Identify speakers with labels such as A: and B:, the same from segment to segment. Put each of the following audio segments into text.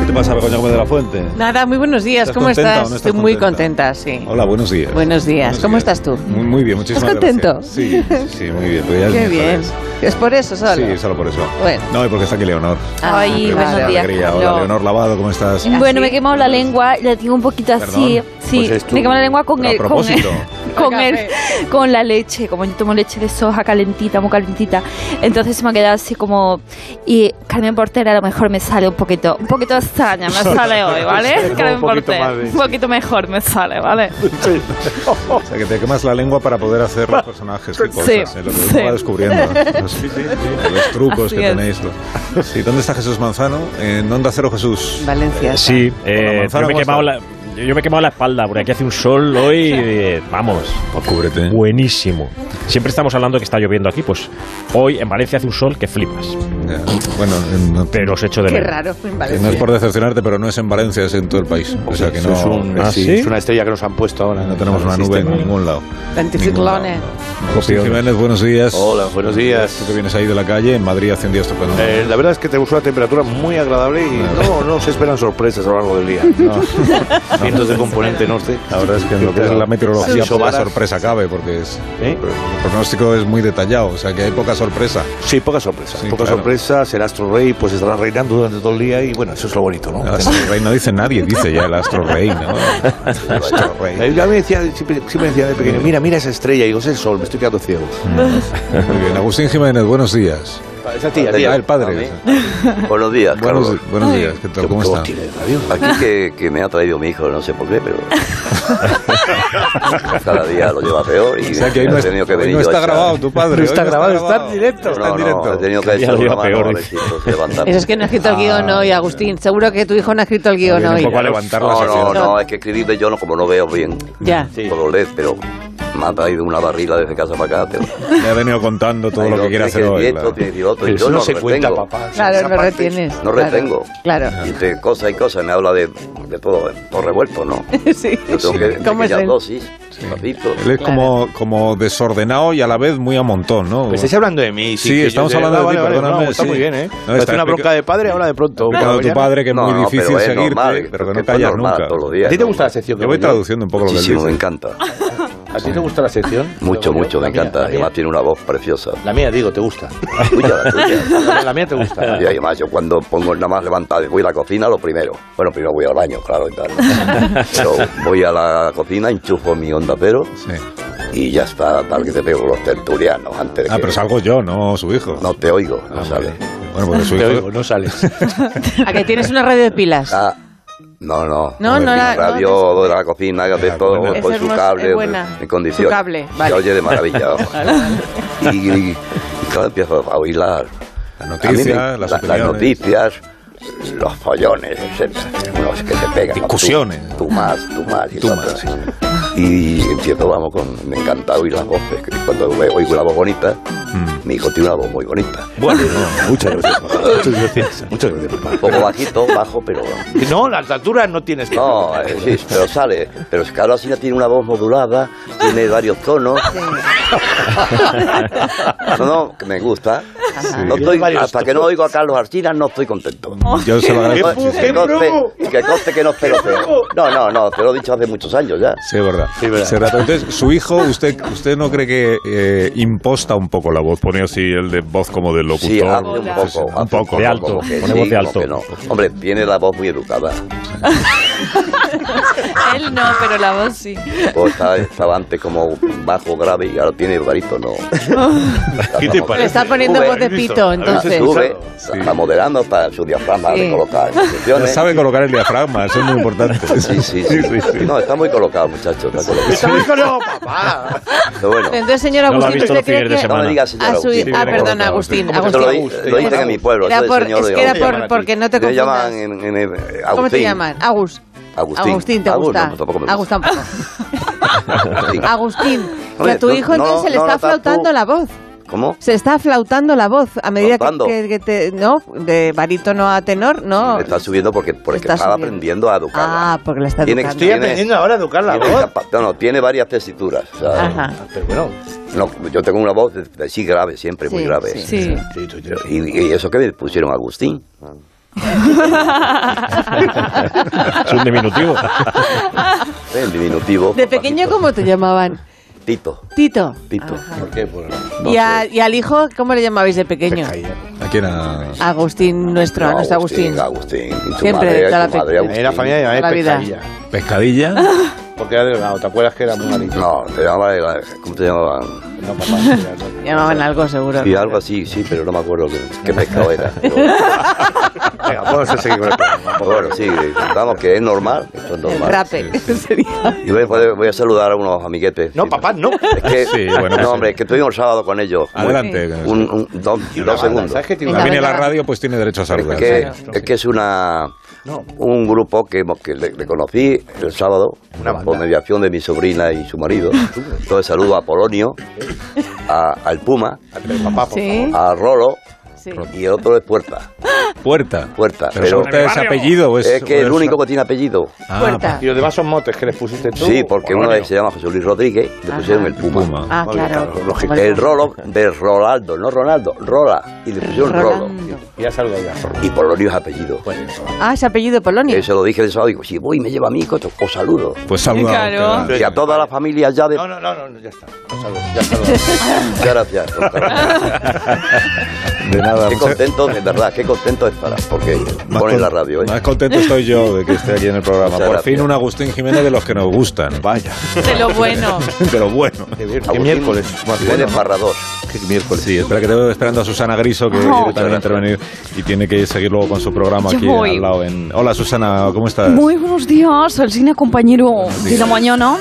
A: ¿Qué te pasa, Begoña Gómez de la Fuente?
B: Nada, muy buenos días,
A: ¿Estás
B: ¿cómo
A: contenta
B: estás?
A: o no estás
B: Estoy muy
A: contenta?
B: contenta, sí.
A: Hola, buenos días.
B: Buenos días, ¿cómo estás tú?
A: Muy, muy bien, muchísimas
B: ¿Estás contento?
A: gracias. Sí, sí, sí, muy bien. pues ya es
B: Qué
A: miércoles.
B: bien. Es por eso solo.
A: Sí, solo por eso.
B: Bueno.
A: No, y porque está aquí Leonor.
B: Ah,
C: Ay,
A: Siempre
B: claro.
C: buenos
A: mucha
C: días.
A: alegría. Hola,
C: Carlos.
A: Leonor Lavado, ¿cómo estás?
C: Bueno, me he
B: ¿Así?
C: quemado la lengua, la tengo un poquito así.
A: Perdón,
C: Sí,
A: pues es tu-
C: me he quemado la lengua con
A: pero a
C: el, con el,
A: propósito.
C: con,
B: El
C: el- con la leche. Como yo tomo leche de soja calentita, muy calentita. Entonces se me ha quedado así como. Y Carmen Porter a lo mejor me sale un poquito, un poquito extraña, me sale hoy,
A: Sí,
C: ¿vale?
A: como
C: Carmen
A: un poquito
C: Porter,
A: más de-
C: un poquito mejor me sale, ¿vale?
A: O sea, que te quemas la lengua para poder hacer los personajes y cosas.
C: Sí,
A: ¿eh? Lo que uno
C: sí.
A: va descubriendo. Los, los trucos
C: Así
A: que
C: es.
A: tenéis. los- Sí, ¿Dónde está Jesús Manzano? En Onda Cero Jesús.
B: Valencia.
D: Sí, eh, yo,
A: manzana,
D: me he
A: ¿cómo
D: quemado la,
A: estás?
D: yo me he quemado la espalda porque aquí hace un sol hoy, eh, vamos,
A: Pues cúbrete.
D: buenísimo. Siempre estamos hablando que está lloviendo aquí, pues hoy en Valencia hace un sol que flipas,
A: Ya. Bueno, en-
D: pero os echo de
B: Qué
D: menos.
B: raro, en
A: Que No
B: Valencia.
A: es por decepcionarte, pero no es en Valencia, es en todo el país. O sea que no,
E: es, un-
D: ¿Ah,
E: sí,
D: sí?
E: es una estrella que nos han puesto ahora.
A: no tenemos una nube en ningún lado.
B: Anticiclones.
A: José Jiménez, buenos días.
E: Hola, buenos
A: Tú
E: días.
A: que vienes ahí de la calle, en Madrid hace un día estupendo.
E: Eh, la verdad es que tenemos una temperatura muy agradable y no, no se esperan sorpresas a lo largo del día. Vientos de componente norte.
A: La verdad es que en lo que es la meteorología
E: Sí,
A: poca
E: sobaras.
A: sorpresa cabe, porque es,
E: ¿Eh?
A: el pronóstico es muy detallado, o sea que hay poca sorpresa.
E: Sí, pocas sorpresas.
A: Sí,
E: pocas
A: claro.
E: sorpresas. El astro rey pues estará reinando durante todo el día y bueno, eso es lo bonito, ¿no?
A: El astro rey no dice nadie, dice ya el astro rey, ¿no? El astro
E: Eh,
A: rey.
E: Yo a mí decía, siempre, siempre decía de pequeño, mira, mira esa estrella. Y digo, es el sol, me estoy quedando ciego.
A: Muy bien, Agustín Jiménez, buenos días.
E: Esa tía,
A: Ah,
E: tía.
A: el padre.
F: Buenos días,
A: Buenos,
F: Carlos.
A: buenos días, ¿qué tal? ¿Cómo está?
F: Aquí que, que me ha traído mi hijo, no sé por qué, pero. Cada día lo lleva peor y
A: O sea que ahí no,
F: he
A: es-
F: tenido que
A: hoy
F: venir
A: no
F: yo a
A: está
F: echar-
A: grabado tu padre.
F: No,
A: hoy Está en
F: no,
A: directo.
F: he tenido que
D: Cada día
F: echar
D: lo lleva
F: una mano
D: peor,
F: a ver
D: ¿eh?
F: si los levantan.
B: Eso es que no ha escrito el guión hoy, Agustín. Seguro que tu hijo no ha escrito el guión
A: Viene
B: hoy.
A: un poco a levantar la
F: No, no,
A: sesión.
F: no, es que escribirme yo no, como no veo bien.
B: Ya.
F: Puedo leer, pero me ha traído una barrila desde casa para acá. Pero...
A: Me ha venido contando todo lo que quiere hacer hoy.
F: Esto,
A: claro.
F: tiene que decir otro, y
E: Pero
F: yo
E: eso no
F: lo
E: se cuenta,
F: retengo.
E: papá.
B: Claro,
E: Esa
B: no
E: parte-
B: retienes.
F: No
B: claro.
F: retengo.
B: Claro.
F: Y de cosas y cosas, me habla de, de todo, de todo revuelto, ¿no?
B: Sí.
F: Yo tengo
A: Sí.
F: que
B: ¿Cómo es
F: pequeñas
B: él?
F: dosis, despacito.
A: Él es como, como desordenado y a la vez muy a montón, ¿no?
E: Pues estáis hablando de mí.
A: Sí,
E: que
A: estamos
E: yo
A: hablando de ti,
E: vale, vale,
A: perdóname,
E: no, está
A: sí.
E: muy bien, ¿eh?
A: No,
E: Parece
A: está
E: una bronca
A: explica-
E: de padre, habla de pronto.
A: Explicado a tu
E: Mañana.
A: padre que es
F: No,
A: muy
F: no,
A: difícil
F: pero es
A: seguirte,
F: normal,
A: pero que
F: porque esto
A: no
F: es
A: callas
F: normal
A: nunca.
F: todos los
E: ¿A
F: días.
E: ti te gusta
F: normal.
E: la sección?
A: Yo voy
E: Begoña?
A: traduciendo un poco lo que él
F: Muchísimo, me
A: dice.
F: encanta.
A: ¿eh?
E: ¿A ti te gusta la sección?
F: Mucho,
E: Begoña?
F: mucho, me
E: La mía,
F: encanta.
E: la mía.
F: Además tiene una voz preciosa.
E: La mía, digo, te gusta.
F: La tuya, la tuya.
E: La la mía te gusta.
F: Y además yo cuando pongo nada más levantada, voy a la cocina lo primero. Bueno, primero voy al baño, claro, y tal. Pero voy a la cocina, enchufo mi onda pero
A: Sí.
F: y ya está, tal que te pego los tertulianos antes de
A: Ah,
F: que-
A: pero salgo yo, no su hijo.
F: No te oigo, no
A: Ah,
F: sale.
A: vale. Bueno, porque su
E: Te
A: hijo.
E: oigo, no sales.
B: ¿A que tienes una radio de pilas?
F: Ah, no, no.
B: No, no
F: Mi
B: la-
F: radio
B: no,
F: de la cocina, que hace
A: Es
F: todo
A: buena.
F: con
B: Es
F: su
B: hermosa,
F: cable,
B: es buena.
F: en condiciones.
B: Su cable,
F: Se
B: vale.
F: oye de maravilla. vamos. y, y- y claro, empiezo a oír las
A: La
F: a mí me-
A: noticia, las
F: la-
A: opiniones.
F: noticias, los follones, etcétera. Los que se pegan. ¿no?
A: Discusiones.
F: Tú, tú más, tú más. Y
A: Tú
F: tal,
A: más,
F: tal.
A: sí.
F: Y empiezo, vamos, con, me encanta oír las voces. que Cuando me- oigo una voz bonita,
A: Mm.
F: mi hijo tiene una voz muy bonita.
E: Bueno, no, muchas gracias. papá. Muchas gracias. Muchas gracias,
F: Un
E: papá.
F: poco bajito, bajo, pero...
E: No, la altura no tienes que.
F: No, eh, sí, pero sale. Pero es que ahora sí ya tiene una voz modulada, tiene varios tonos. No, no, que me gusta. No estoy-
E: Varios
F: hasta que no oigo a Carlos Archinas no estoy contento.
A: Yo se lo agradezco.
E: fu- qué
A: muchísimo.
F: Que conste, que conste que no es peloteo. No, no, no, te lo he dicho hace muchos años ya.
A: Sí, es verdad.
E: Sí, es verdad.
A: Se trata- Entonces, su hijo, ¿usted usted no cree que eh, imposta un poco la voz? Pone así el de voz como del locutor.
F: Sí, hace un
A: Sí, sí,
F: poco.
A: un
F: hace
A: poco.
D: De
A: ¿no?
D: alto,
F: como que
D: pone
F: sí,
D: voz de
F: como
D: alto.
F: que no. Hombre, tiene la voz muy educada.
C: Él no, pero la voz sí.
F: O está- estaba antes como bajo grave y ahora tiene rarito, no.
E: ¿Qué te
B: Le
E: parece?
B: está poniendo
F: V.
B: voz de pito, entonces.
F: Sube,
A: Sí.
F: está moderando para su diafragma,
B: Sí.
F: recolocar en
A: No
F: posiciones.
A: sabe colocar el diafragma, eso es muy importante.
F: Sí, sí, sí. No, está muy colocado, muchachos. Está colocado.
E: Está muy colado,
F: Ah,
E: papá.
F: Pero bueno,
B: Entonces, señor
D: No lo ha
B: Agustín,
D: visto
B: ¿usted
D: los fines
B: cree
D: de
B: que
F: no
D: semana.
F: me digas, señor.
B: a su-
F: Agustín.
B: ah,
A: colocado,
B: perdón,
A: sí.
B: Agustín.
A: ¿Cómo
F: Eso lo,
B: Agustín.
F: di- lo dicen en mi pueblo.
B: Era
F: eso de
B: por-
F: señor
B: es
F: de
B: que era
F: Agustín.
B: por, porque no te
F: Le llaman
B: confundas.
F: en, en- en- Agustín.
B: ¿Cómo te llaman? Agus.
F: Agustín.
B: te
F: Agus,
B: gusta.
F: no, tampoco me
B: Agus
F: gusta.
B: tampoco.
F: Sí.
B: Agustín, que
F: Oye,
B: a tu
F: no-
B: hijo
F: no-
B: entonces se le
F: no
B: está
F: notas tú-
B: flautando la voz.
F: ¿Cómo?
B: Se está flautando la voz a medida que,
F: Flautando.
B: que- que te... ¿No? De barítono a tenor, ¿no?
F: Está subiendo porque, porque
B: Está
F: estaba
B: subiendo.
F: aprendiendo a educarla.
B: Ah, porque la está
F: Tiene que
B: educando.
E: Estoy aprendiendo ahora a educar la
F: Tiene
E: voz.
F: capa- no, no, tiene varias tesituras. o sea,
B: Ajá.
E: Ah, Pero bueno,
F: no, yo tengo una voz de, de- sí grave, siempre muy
B: Sí,
F: grave.
B: sí.
C: Sí.
E: sí, sí, sí.
F: Y, y eso que me pusieron Agustín.
D: Es un diminutivo.
F: En diminutivo.
B: De pequeño, ¿cómo te llamaban?
F: Tito.
B: Tito.
F: Tito.
E: ¿Por qué? Por-
F: No
B: ¿Y,
F: sé.
B: a- y al hijo, ¿cómo le llamabais de pequeño?
A: ¿A quién a-
B: Agustín, nuestro,
F: No,
B: nuestro Agustín.
F: Agustín. Y su
B: Siempre,
F: madre,
B: toda
F: su
B: la
F: madre,
B: fe-
F: Agustín.
E: En la familia llamaba
B: La vida.
E: pescadilla.
A: ¿Pescadilla?
E: Porque era delgado. ¿Te acuerdas que era muy malito?
F: No, te llamaba, la- ¿cómo te llamaban?
E: No, papá. era-
B: Llamaban algo seguro.
F: Sí, algo así, sí, pero no me acuerdo qué, qué pescado era. Pero
E: Venga, vamos a seguir con el programa.
F: bueno, sí, eh, vamos, que es normal. Esto es
B: El
F: normal.
B: rape sería.
F: Y voy, voy- voy a saludar a unos amiguetes.
E: No, papá, no.
F: Es que,
A: Sí, bueno,
F: no,
A: sí.
F: hombre, es que estuvimos el sábado con ellos.
A: Adelante.
F: Un, un- dos, dos segundos.
E: ¿Sabes qué tiene
A: Cuando
E: una
A: viene
B: venga,
A: la
B: va.
A: radio, pues tiene derecho a
F: Es
A: saludar.
F: que,
A: sí.
F: es que es una
E: No.
F: un grupo que, hemos- que le, le conocí el sábado
E: Una banda.
F: por mediación de mi sobrina y su marido. Entonces saludo a Polonio, a, al Puma,
E: Papá, por
B: Sí.
F: a Rolo
B: Sí.
F: y el otro es Puerta.
A: Puerta.
F: Puerta,
A: ¿Pero,
F: pero-
A: Puerta es apellido o es...?
F: es que
A: o
F: el único que tiene apellido.
A: Ah,
B: Puerta.
E: favor. Y los demás son motes que les pusiste tú.
F: Sí, porque uno
E: Polonio.
F: se llama José Luis Rodríguez, le
B: Ajá.
F: pusieron el Puma.
A: Puma.
B: Ah, claro.
E: claro, lógico.
B: Como
F: El Rolo de Rolando, no Ronaldo, Rola, y le pusieron Rolo.
B: Rolando.
E: Y ya saludo ya. Pues
F: Y Polonio es apellido.
B: Ah, es apellido Polonio.
F: Eh, se lo dije el sábado, digo, si voy me lleva a mí, cocho, os saludo.
A: Pues saluda.
C: Claro.
F: Y a toda la familia ya de...
E: No, no, no, no, ya está. Ya saludo, ya saludo.
F: Muchas gracias. doctora.
A: De nada.
F: Qué
A: muchas-
F: contento, de verdad, qué contento estará, porque
A: más
F: ponen
A: con-
F: la radio. ¿eh?
A: Más contento estoy yo de que esté aquí en el programa.
F: Muchas
A: Por
F: gracias.
A: fin un Agustín Jiménez de los que nos gustan. Vaya.
C: De lo bueno.
A: De lo bueno.
E: Qué
F: Agustín
E: miércoles. más
F: Jiménez
E: bueno.
F: Parrador.
A: Sí, espera que te veo esperando a Susana Griso,
C: Ah.
A: que quiere también intervenir y tiene que seguir luego con su programa
C: Yo
A: aquí
C: voy.
A: al lado. En... Hola Susana, ¿cómo estás?
G: Muy buenos días, al cine compañero de la mañana.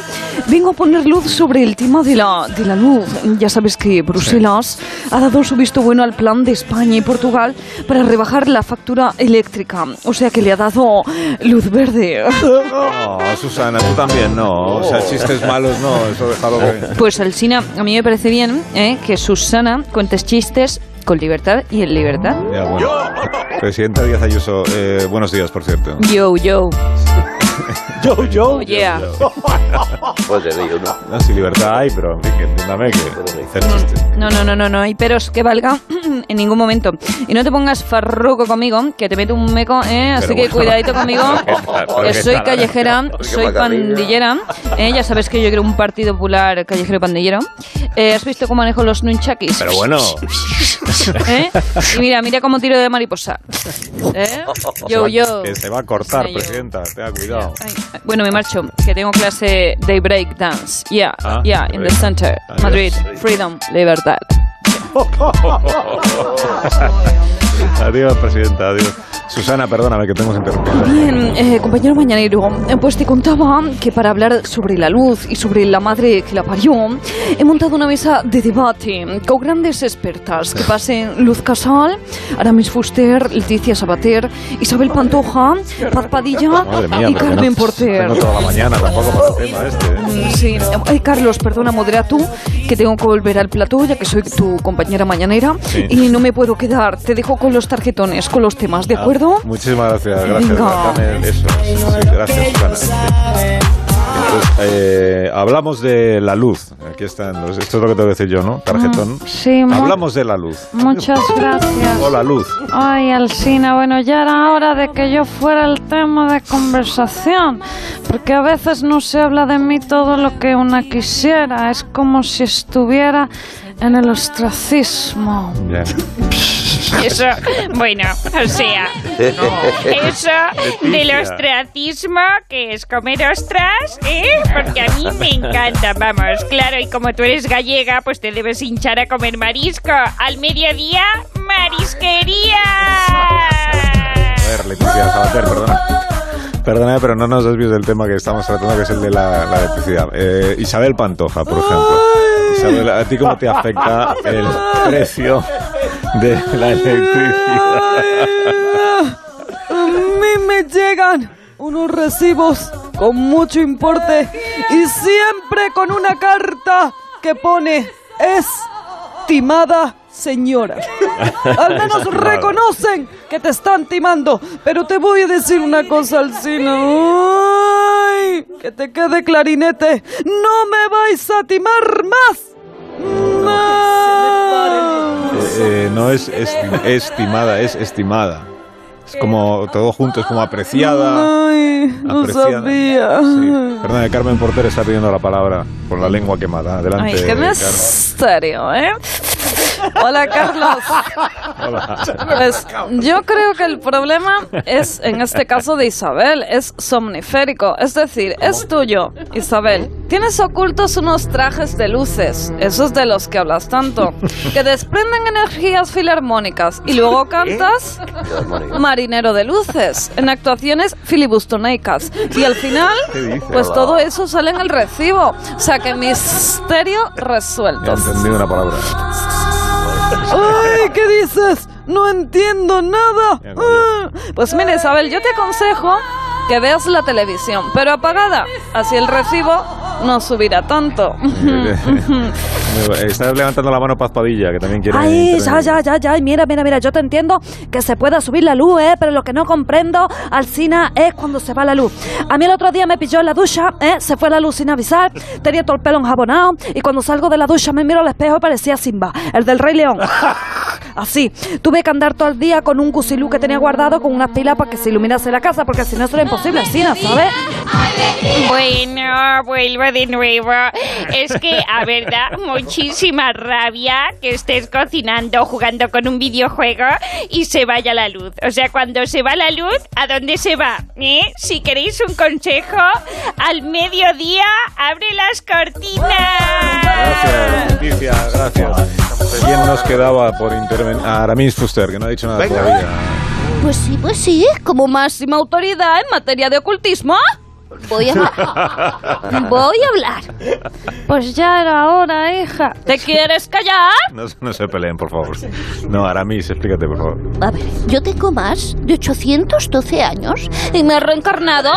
G: Vengo a poner luz sobre el tema de la, de la luz. Ya sabes que Bruselas ha dado su visto bueno al plan de España y Portugal para rebajar la factura eléctrica. O sea que le ha dado luz verde.
A: No, Susana, tú también
E: Oh.
A: no. O sea,
C: Oh.
A: chistes malos no, eso déjalo que...
G: Pues al cine a mí me parece bien ¿eh? que Susana cuentes chistes con libertad y en libertad.
A: Ya, bueno. Presidenta Díaz Ayuso, eh, buenos días, por cierto.
G: Yo, yo.
A: Yo, yo.
G: Oh, yeah.
F: Pues te digo, ¿no?
A: No, si libertad hay, pero en fin, que entiéndame que hacer chistes.
G: No, no, no, no, no hay peros que valga en ningún momento. Y no te pongas farruco conmigo, que te meto un meco, ¿eh? Así
A: Pero
G: que
A: bueno.
G: cuidadito conmigo,
A: Pero
G: que
A: qué
G: soy
A: tal,
G: callejera,
F: Porque
G: soy
F: macarrilla.
G: pandillera. ¿eh? Ya sabes que yo quiero un partido popular callejero pandillero. Eh, ¿Has visto cómo manejo los nunchakis?
D: Pero bueno,
G: ¿Eh? Y mira, mira cómo tiro de mariposa. ¿Eh? Yo, yo.
A: Que se va a cortar,
G: Yo, yo.
A: presidenta, tenga cuidado.
G: Ay, ay, Bueno, me marcho, que tengo clase de break dance. Yeah,
A: Ah,
G: yeah, in the
A: break.
G: center.
A: Adiós.
G: Madrid, freedom, libertad.
A: Adiós, presidenta, adiós. Susana, perdóname que tenemos interrumpido.
G: Bien, eh, compañero mañanero, eh, pues te contaba que para hablar sobre la luz y sobre la madre que la parió, he montado una mesa de debate con grandes expertas que pasen Luz Casal, Aramis Fuster, Leticia Sabater, Isabel Pantoja, Paz Padilla
A: Madre mía,
G: y
A: pero que
G: Carmen
A: no
G: Porter.
A: Tengo toda la mañana tampoco para el tema este. ¿eh?
G: Mm, Sí, Ay, Carlos, perdona, modera tú, que tengo que volver al plató, ya que soy tu compañera mañanera,
A: Sí.
G: y no me puedo quedar. Te dejo con los tarjetones, con los temas,
A: Ah,
G: ¿de acuerdo?
A: Muchísimas gracias, Ah, gracias.
G: Venga.
A: Dame eso. Sí, sí, gracias, Susana. Entonces, eh, hablamos de la luz. Aquí están. los- Esto es lo que tengo que decir yo, ¿no? Tarjetón.
G: Mm, Sí, mu-
A: Hablamos de la luz.
G: muchas gracias.
A: O la luz.
G: Ay, Alcina, bueno, ya era hora de que yo fuera el tema de conversación, porque a veces no se habla de mí todo lo que una quisiera. Es como si estuviera en el ostracismo.
A: Ya.
H: Eso, bueno, o sea, eso del ostracismo, que es comer ostras, ¿eh? Porque a mí me encanta, vamos, claro, y como tú eres gallega, pues te debes hinchar a comer marisco. Al mediodía, marisquería.
A: A ver, Leticia Sabater, perdona. Perdona, pero no nos desvíes del tema que estamos tratando, que es el de la, la electricidad. Eh, Isabel Pantoja, por ejemplo. Isabel, ¿a ti cómo te afecta el precio de la Eh, electricidad?
I: Ah, A mí me llegan unos recibos con mucho importe y siempre con una carta que pone estimada señora. Al menos reconocen que te están timando, pero te voy a decir una cosa, Alcina. ¡Ay! Que te quede clarinete. No me vais a timar más. No.
A: Eh, eh, no es esti- estimada, es estimada. Es como todo junto, es como apreciada.
I: Ay, no
A: apreciada.
I: sabía.
A: Sí. Perdona, eh, Carmen Porter está pidiendo la palabra por la lengua quemada. Adelante.
G: Ay, es que me
A: Carmen.
G: serio, ¿eh? Hola, Carlos.
A: Hola.
G: Pues yo creo que el problema es, en este caso de Isabel, es somniférico. Es decir, es tuyo, Isabel. Tienes ocultos unos trajes de luces, esos de los que hablas tanto, que desprenden energías filarmónicas y luego cantas Marinero de Luces en actuaciones filibustonaicas. Y al final,
A: ¿Qué dices?
G: pues todo eso sale en el recibo. O sea que misterio
A: Ya
G: resuelto.
A: he entendido una palabra.
I: ¡Ay! ¿Qué dices? No entiendo nada.
A: Ya, como yo.
G: Ah, Pues mira, Isabel, yo te aconsejo que veas la televisión, pero apagada. Así el recibo no subirá tanto.
A: Estás levantando la mano Paz Padilla, que también quiere.
J: Ay, ya,
A: intervenir.
J: ya, ya, ya. Mira, mira, mira. Yo te entiendo que se pueda subir la luz, ¿eh? Pero lo que no comprendo, Alcina, es cuando se va la luz. A mí el otro día me pilló en la ducha, ¿eh? Se fue la luz sin avisar. Tenía todo el pelo enjabonado. Y cuando salgo de la ducha me miro al espejo y parecía Simba, el del Rey León. Así. Tuve que andar todo el día con un cusilú que tenía guardado con unas pilas para que se iluminase la casa, porque si no, eso era imposible, Alcina, ¿sabes?
H: Bueno, vuelvo de nuevo. Es que, a verdad, muchísima rabia que estés cocinando, jugando con un videojuego y se vaya la luz. O sea, cuando se va la luz, ¿a dónde se va? ¿Eh? Si queréis un consejo, al mediodía abre las cortinas.
A: Gracias, Leticia, gracias. ¿Quién nos quedaba por intervenir? A Aramis Fuster, que no ha dicho nada
E: Venga.
A: todavía.
C: Pues sí, pues sí, como máxima autoridad en materia de ocultismo. Voy a, voy a hablar.
G: Pues ya era hora, hija.
C: ¿Te quieres callar?
A: No, se- no se peleen, por favor. No, Aramis, explícate, por favor.
J: A ver, yo tengo más de 812 años y me he reencarnado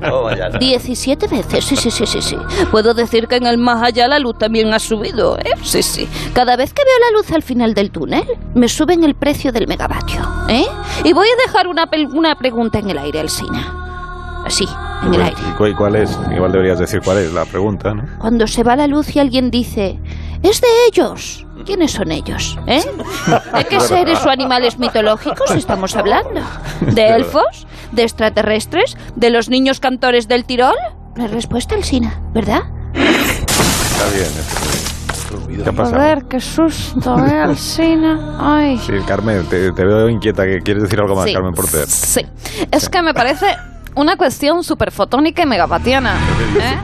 F: No, vaya nada.
J: 17 veces, sí, sí, sí, sí, sí. Puedo decir que en el más allá la luz también ha subido, ¿eh? Sí, sí. Cada vez que veo la luz al final del túnel, me suben el precio del megavatio, ¿eh? Y voy a dejar una, pel- una pregunta en el aire, Alsina. Así, en el aire.
A: ¿Y cu- y cuál es? Igual deberías decir cuál es la pregunta, ¿no?
J: Cuando se va la luz y alguien dice, es de ellos. ¿Quiénes son ellos? ¿Eh? ¿De qué seres o animales mitológicos estamos hablando? ¿De
A: verdad.
J: elfos? ¿De extraterrestres? ¿De los niños cantores del Tirol? La respuesta, Alsina, ¿verdad?
A: Está bien. está bien. ¿Qué ha pasado?
G: Joder, qué susto, ¿eh, Alcina? Ay.
A: Sí, Carmen, te, te veo inquieta. que ¿Quieres decir algo más,
G: Sí,
A: Carmen Porter?
G: Sí. Es que me parece una cuestión superfotónica y megapatiana. ¿eh?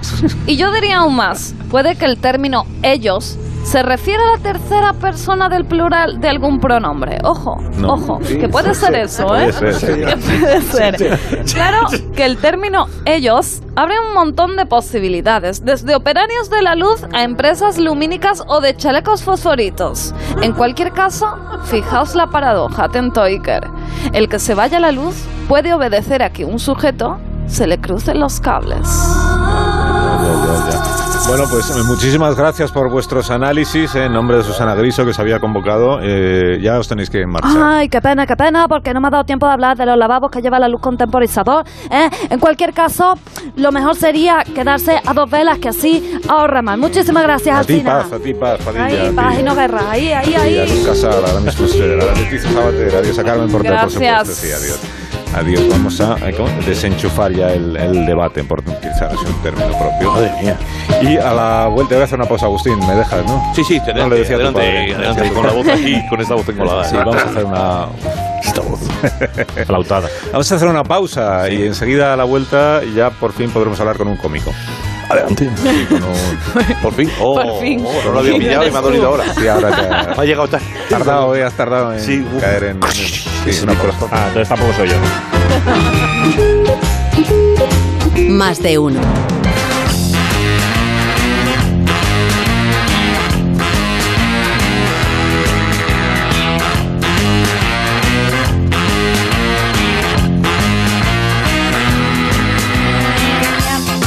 G: Y yo diría aún más, puede que el término ellos se refiere a la tercera persona del plural de algún pronombre. Ojo,
A: No.
G: ojo,
A: Sí,
G: que puede
A: sí,
G: ser
A: sí.
G: eso,
A: Puede
G: ¿eh?
A: ser, sí.
G: Que puede ser. Claro que el término ellos abre un montón de posibilidades, desde operarios de la luz a empresas lumínicas o de chalecos fosforitos. En cualquier caso, fijaos la paradoja, atento Iker. El que se vaya la luz puede obedecer a que un sujeto se le crucen los cables.
A: Bueno, pues eh, muchísimas gracias por vuestros análisis. eh, En nombre de Susana Griso, que os había convocado, eh, ya os tenéis que marchar.
J: Ay, qué pena, qué pena, porque no me ha dado tiempo de hablar de los lavabos que lleva la luz contemporizador. ¿eh? En cualquier caso, lo mejor sería quedarse a dos velas, que así ahorra más. Muchísimas Ah, gracias,
A: a ti,
J: Alcina.
A: paz, a ti, paz, Padilla. a
J: Ahí,
A: ti.
J: paz y no guerra. Ahí, ahí,
A: Sí, a
J: ahí.
A: Lucas Sara, ahora mismo será. A Leticia Sabater, adiós a Carmen Porter, por
G: Gracias.
A: supuesto. Sí, adiós. Adiós. Vamos a eh, ¿cómo? desenchufar ya el, el debate, por utilizar ese término propio. Y a la vuelta, voy a hacer una pausa, Agustín. ¿Me dejas, no?
E: Sí, sí, te
A: No le decía a tu padre.
E: adelante, con la voz aquí, con esta voz ¿eh? tengo la
A: Sí, vamos a hacer una. Esta voz.
D: Flautada.
A: Vamos a hacer una pausa y enseguida a la vuelta ya por fin podremos hablar con un cómico. Adelante.
E: Por fin. Oh,
A: Por fin.
E: oh, no lo había
A: ¿Quién
E: pillado y
A: eres
E: me ha
A: tú?
E: dolido ahora.
A: Sí, ahora te-
E: Me ha llegado tarde.
A: Tardado, eh, has tardado en
E: Sí, uh.
A: caer en. sí, una cosa.
D: Ah, entonces tampoco soy yo.
K: Más de uno.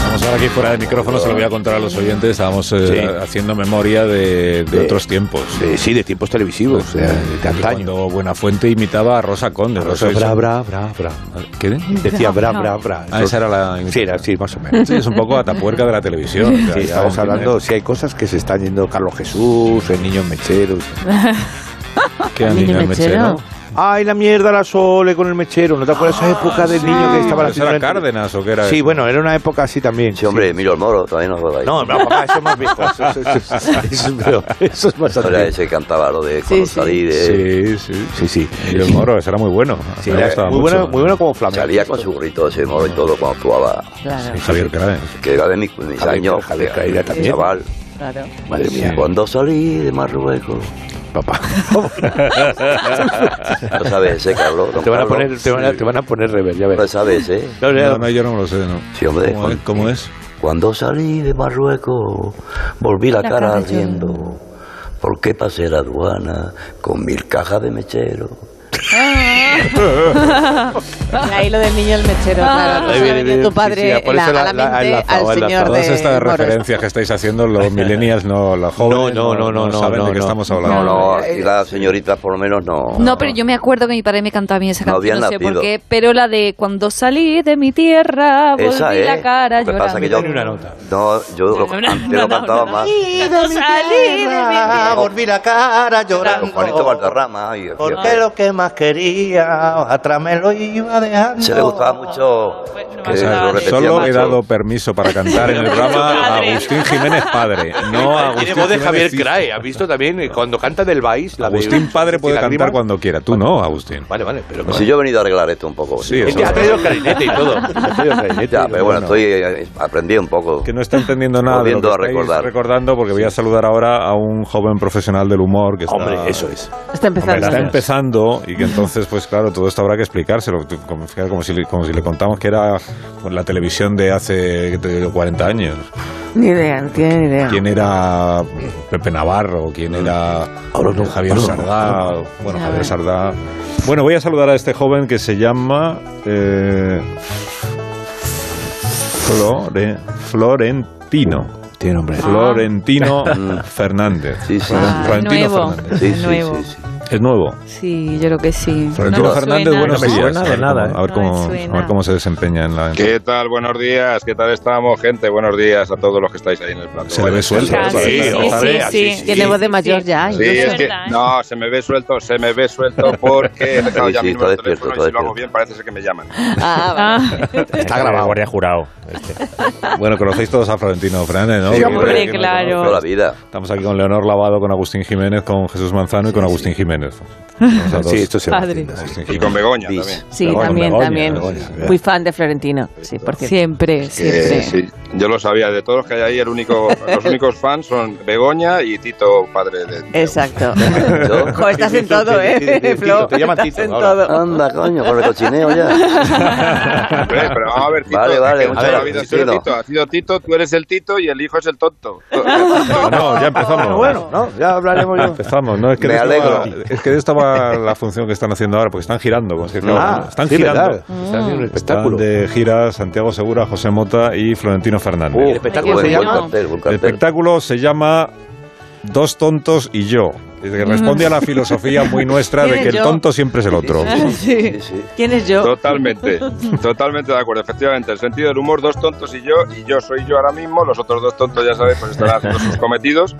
A: Vamos ahora aquí fuera de micrófono, se lo voy a contar a los oyentes. Estábamos eh,
E: Sí.
A: haciendo memoria de, de
E: De-
A: otros tiempos.
E: Eh, sí, de tiempos televisivos, de, de antaño.
A: Cuando Buenafuente imitaba a Rosa Conde.
E: Rosa
A: Isla-
E: bra, bra, bra, bra.
A: ¿Qué?
E: Decía bra, bra, bra.
A: Ah, esa era la.
E: Sí, era, sí, más o menos.
A: Sí, es un poco atapuerca de la televisión.
E: Sí,
A: O sea, ya
E: estamos
A: tiene-
E: hablando, si hay cosas que se están yendo Carlos Jesús, el niño mechero.
A: ¿Qué era el niño mechero?
E: Ay, la mierda, la sole con el mechero. ¿No te acuerdas esa época del niño que estaba
A: ¿Pero
E: la
A: ¿Eso era
E: señora-
A: Cárdenas o qué era?
E: Sí, bueno, era una época así también.
F: Sí, hombre, Emilio el Moro, también nos ahí.
E: No, no, papá, eso es más viejo. Eso, eso- eso- eso- pero eso es más
F: Eso era
E: antiguo.
F: ese que cantaba lo de
B: Sí,
F: cuando
B: sí.
F: salí de...
A: Sí, sí.
E: Sí, sí.
A: Y el moro, ese era muy bueno.
E: Sí,
A: Me
E: era
A: gustaba
E: muy,
A: mucho.
E: bueno, muy bueno como flamenco.
F: Salía con su gorrito ese Moro y todo cuando actuaba.
B: Claro,
A: Sí, Javier Crae.
F: Que era de mis, mis
E: Javier-
F: años.
E: Javier
F: que-
E: Caída también.
F: Chaval.
B: claro.
E: Madre mía.
F: Cuando salí de Marruecos.
E: Papá.
F: No sabes ese, Carlos. don
E: Te van a
F: Carlos.
E: poner, te van a, te van a poner rever, ya
F: No
E: verás.
F: sabes, ¿eh?
E: No, no,
A: No, no, yo no me lo sé, no.
F: Sí, hombre.
A: ¿Cómo es? ¿Cómo es?
F: Cuando salí de Marruecos, volví la, cara ardiendo. Porque pasé la aduana con mil cajas de mechero.
B: Ah. Ahí lo del niño el mechero, claro.
E: Ahí
B: Ahí
E: viene, viene.
B: tu padre
E: Sí, sí, por
B: la-
E: eso la-
B: a la
E: la-
B: mente
E: enlazado,
B: al señor
E: enlazado.
B: de
A: Todas estas
B: Moros.
A: referencias que estáis haciendo, los millennials no, los jóvenes
E: no, no, no, no,
A: saben
E: no,
A: de qué
E: no.
A: estamos
F: No,
A: hablando.
F: no,
C: eh,
F: aquí las señoritas por lo menos no.
C: No, pero yo me acuerdo que mi padre me cantaba a mí esa
F: No
C: canción,
F: habían
C: no, sé por
F: nacido.
C: qué, pero la de cuando salí de mi tierra, volví
F: Esa es.
C: la cara
F: Lo que
C: llorando.
F: pasa que yo.
E: Ni una nota.
F: No, yo lo,
C: No, no,
F: antes
C: no,
F: lo
C: no,
F: cantaba
C: no.
F: más.
C: Salí de mi
E: Ah, Volví la cara
F: Con Juanito Valderrama. Y,
E: que más quería atrás me lo iba dejando. Ah,
F: se le gustaba mucho. que
A: O
F: se
A: sea,
F: lo repetía
A: solo he
F: mucho.
A: dado permiso para cantar en el programa a Agustín Jiménez Padre, no a Agustín
E: Tiene voz de
A: Jiménez
E: Javier
A: hijo.
E: Crae. ¿Has visto también eh, cuando canta del Baix? La de-
A: Agustín Padre puede
E: Lágrima.
A: cantar cuando quiera, tú no, Agustín. Pues
E: Vale, vale, pero.
F: Si yo he venido a arreglar esto un poco.
A: Sí,
E: Es
A: eso
E: que ha
A: es.
E: traído clarinete y todo. Ha traído clarinete.
F: Ya, pero bueno, estoy eh, aprendí un poco.
A: Que no está entendiendo nada de lo
F: Volviendo
A: que
F: a
A: estáis
F: recordar.
A: recordando, porque voy a saludar ahora a un joven profesional del humor que está,
E: Hombre, eso es.
B: Está
A: Hombre,
B: empezando.
A: está empezando y que entonces, pues claro, todo esto habrá que explicárselo. Tú, Como, fíjate, como si, le- como si le contamos que era pues, la televisión de hace te digo, 40 años.
B: Ni idea, no tiene ni idea.
A: ¿Quién era Pepe Navarro? ¿Quién era Javier Sardá? Bueno,
B: Ya
A: Javier
B: ves.
A: Sardá. Bueno, voy a saludar a este joven que se llama eh, Flore- Florentino.
E: Tiene nombre.
A: Florentino Fernández.
F: Mm. Sí, sí.
A: Fran-
C: Ah,
A: Florentino
C: nuevo.
A: Fernández.
F: Sí,
C: De
F: sí,
C: nuevo.
F: sí, sí.
A: Es nuevo.
C: Sí, yo creo que sí.
A: Florentino
C: me
A: Fernández,
C: suena.
A: buenos
E: No me
A: días.
E: suena de
A: A ver
E: nada,
A: cómo- A ver,
C: ¿eh? No
A: cómo,
C: me
A: a ver
C: suena.
A: cómo se desempeña en la...
L: ¿Qué tal? Buenos días. ¿Qué tal estamos, gente? Buenos días a todos los que estáis ahí en el plato.
A: Se le ve suelto.
C: Hija,
A: ¿eh?
C: sí,
A: Para-
C: sí,
A: para-
C: sí, sí,
E: sí,
B: Tiene
E: sí.
B: voz de mayor
C: Sí.
B: ya.
L: Sí,
B: incluso.
L: es que
C: ¿eh?
L: no, se me ve suelto, se me ve suelto porque he dejado
F: Sí,
L: ya
F: sí,
L: mi
F: está
L: número de
F: despierto,
L: teléfono y
F: está
L: si lo hago
F: despierto.
L: bien parece ser que me llaman.
B: Ah, vale.
C: Ah,
E: Está
D: El
E: grabado.
D: guardia jurado. Este.
A: Bueno, conocéis todos a Florentino Fernández, ¿no?
F: Sí,
A: Que-
F: hombre,
A: que-
C: claro.
F: Toda la vida.
A: Estamos aquí con Leonor Lavado, con Agustín Jiménez, con Jesús Manzano y con Agustín Jiménez. Tenemos a dos.
E: Sí, esto se
C: Padre.
A: Agustín
L: Y
A: Jiménez.
L: con Begoña
F: Bis.
C: ¿eh?
L: también.
B: Sí,
A: Begoña,
B: también,
A: Begoña,
B: también.
A: Begoña.
B: Fui fan de Florentino. Sí, por cierto.
C: siempre, siempre.
L: Eh, sí, yo lo sabía. De todos los que hay ahí, el único, los únicos fans son Begoña y Tito, padre de...
B: Exacto.
F: Yo-
B: Jo, estás en
E: Tito,
B: todo,
E: te- te- te-
B: ¿eh? Flo,
E: te llaman
B: estás
E: Tito
B: en
E: ahora.
B: todo.
F: Anda, coño, con el cochineo ya.
L: Hombre, pero vamos a ver, Tito,
F: Vale, vale,
L: que
F: muchas
L: toda la
F: gracias,
L: vida tú eres
F: Tito.
L: Tito. Ha sido Tito, tú eres el Tito y el hijo es el tonto.
A: No, ya empezamos.
E: Bueno, no, ya hablaremos yo.
A: Empezamos, ¿no? Es que,
F: Me
A: de esto
F: alegro.
A: va- es que de esto va la función que están haciendo ahora, porque están girando. como es que, claro,
E: Ah,
A: están
E: sí,
A: girando.
E: ¿verdad? Está haciendo un
A: Están
E: espectáculo.
A: de gira Santiago Segura, José Mota y Florentino Fernández.
E: El espectáculo se
F: Buen
E: llama.
F: cartel, buen
A: El
F: cartel.
A: espectáculo se llama Dos tontos y yo. Dice que responde a la filosofía muy nuestra de
B: ¿Quién
A: que
B: es
A: el
B: yo?
A: tonto siempre es el otro.
B: Ah, Sí. ¿Quién es yo?
L: Totalmente, totalmente de acuerdo. Efectivamente, el sentido del humor, dos tontos y yo, y yo soy yo ahora mismo, los otros dos tontos, ya sabéis, pues estarán haciendo sus cometidos.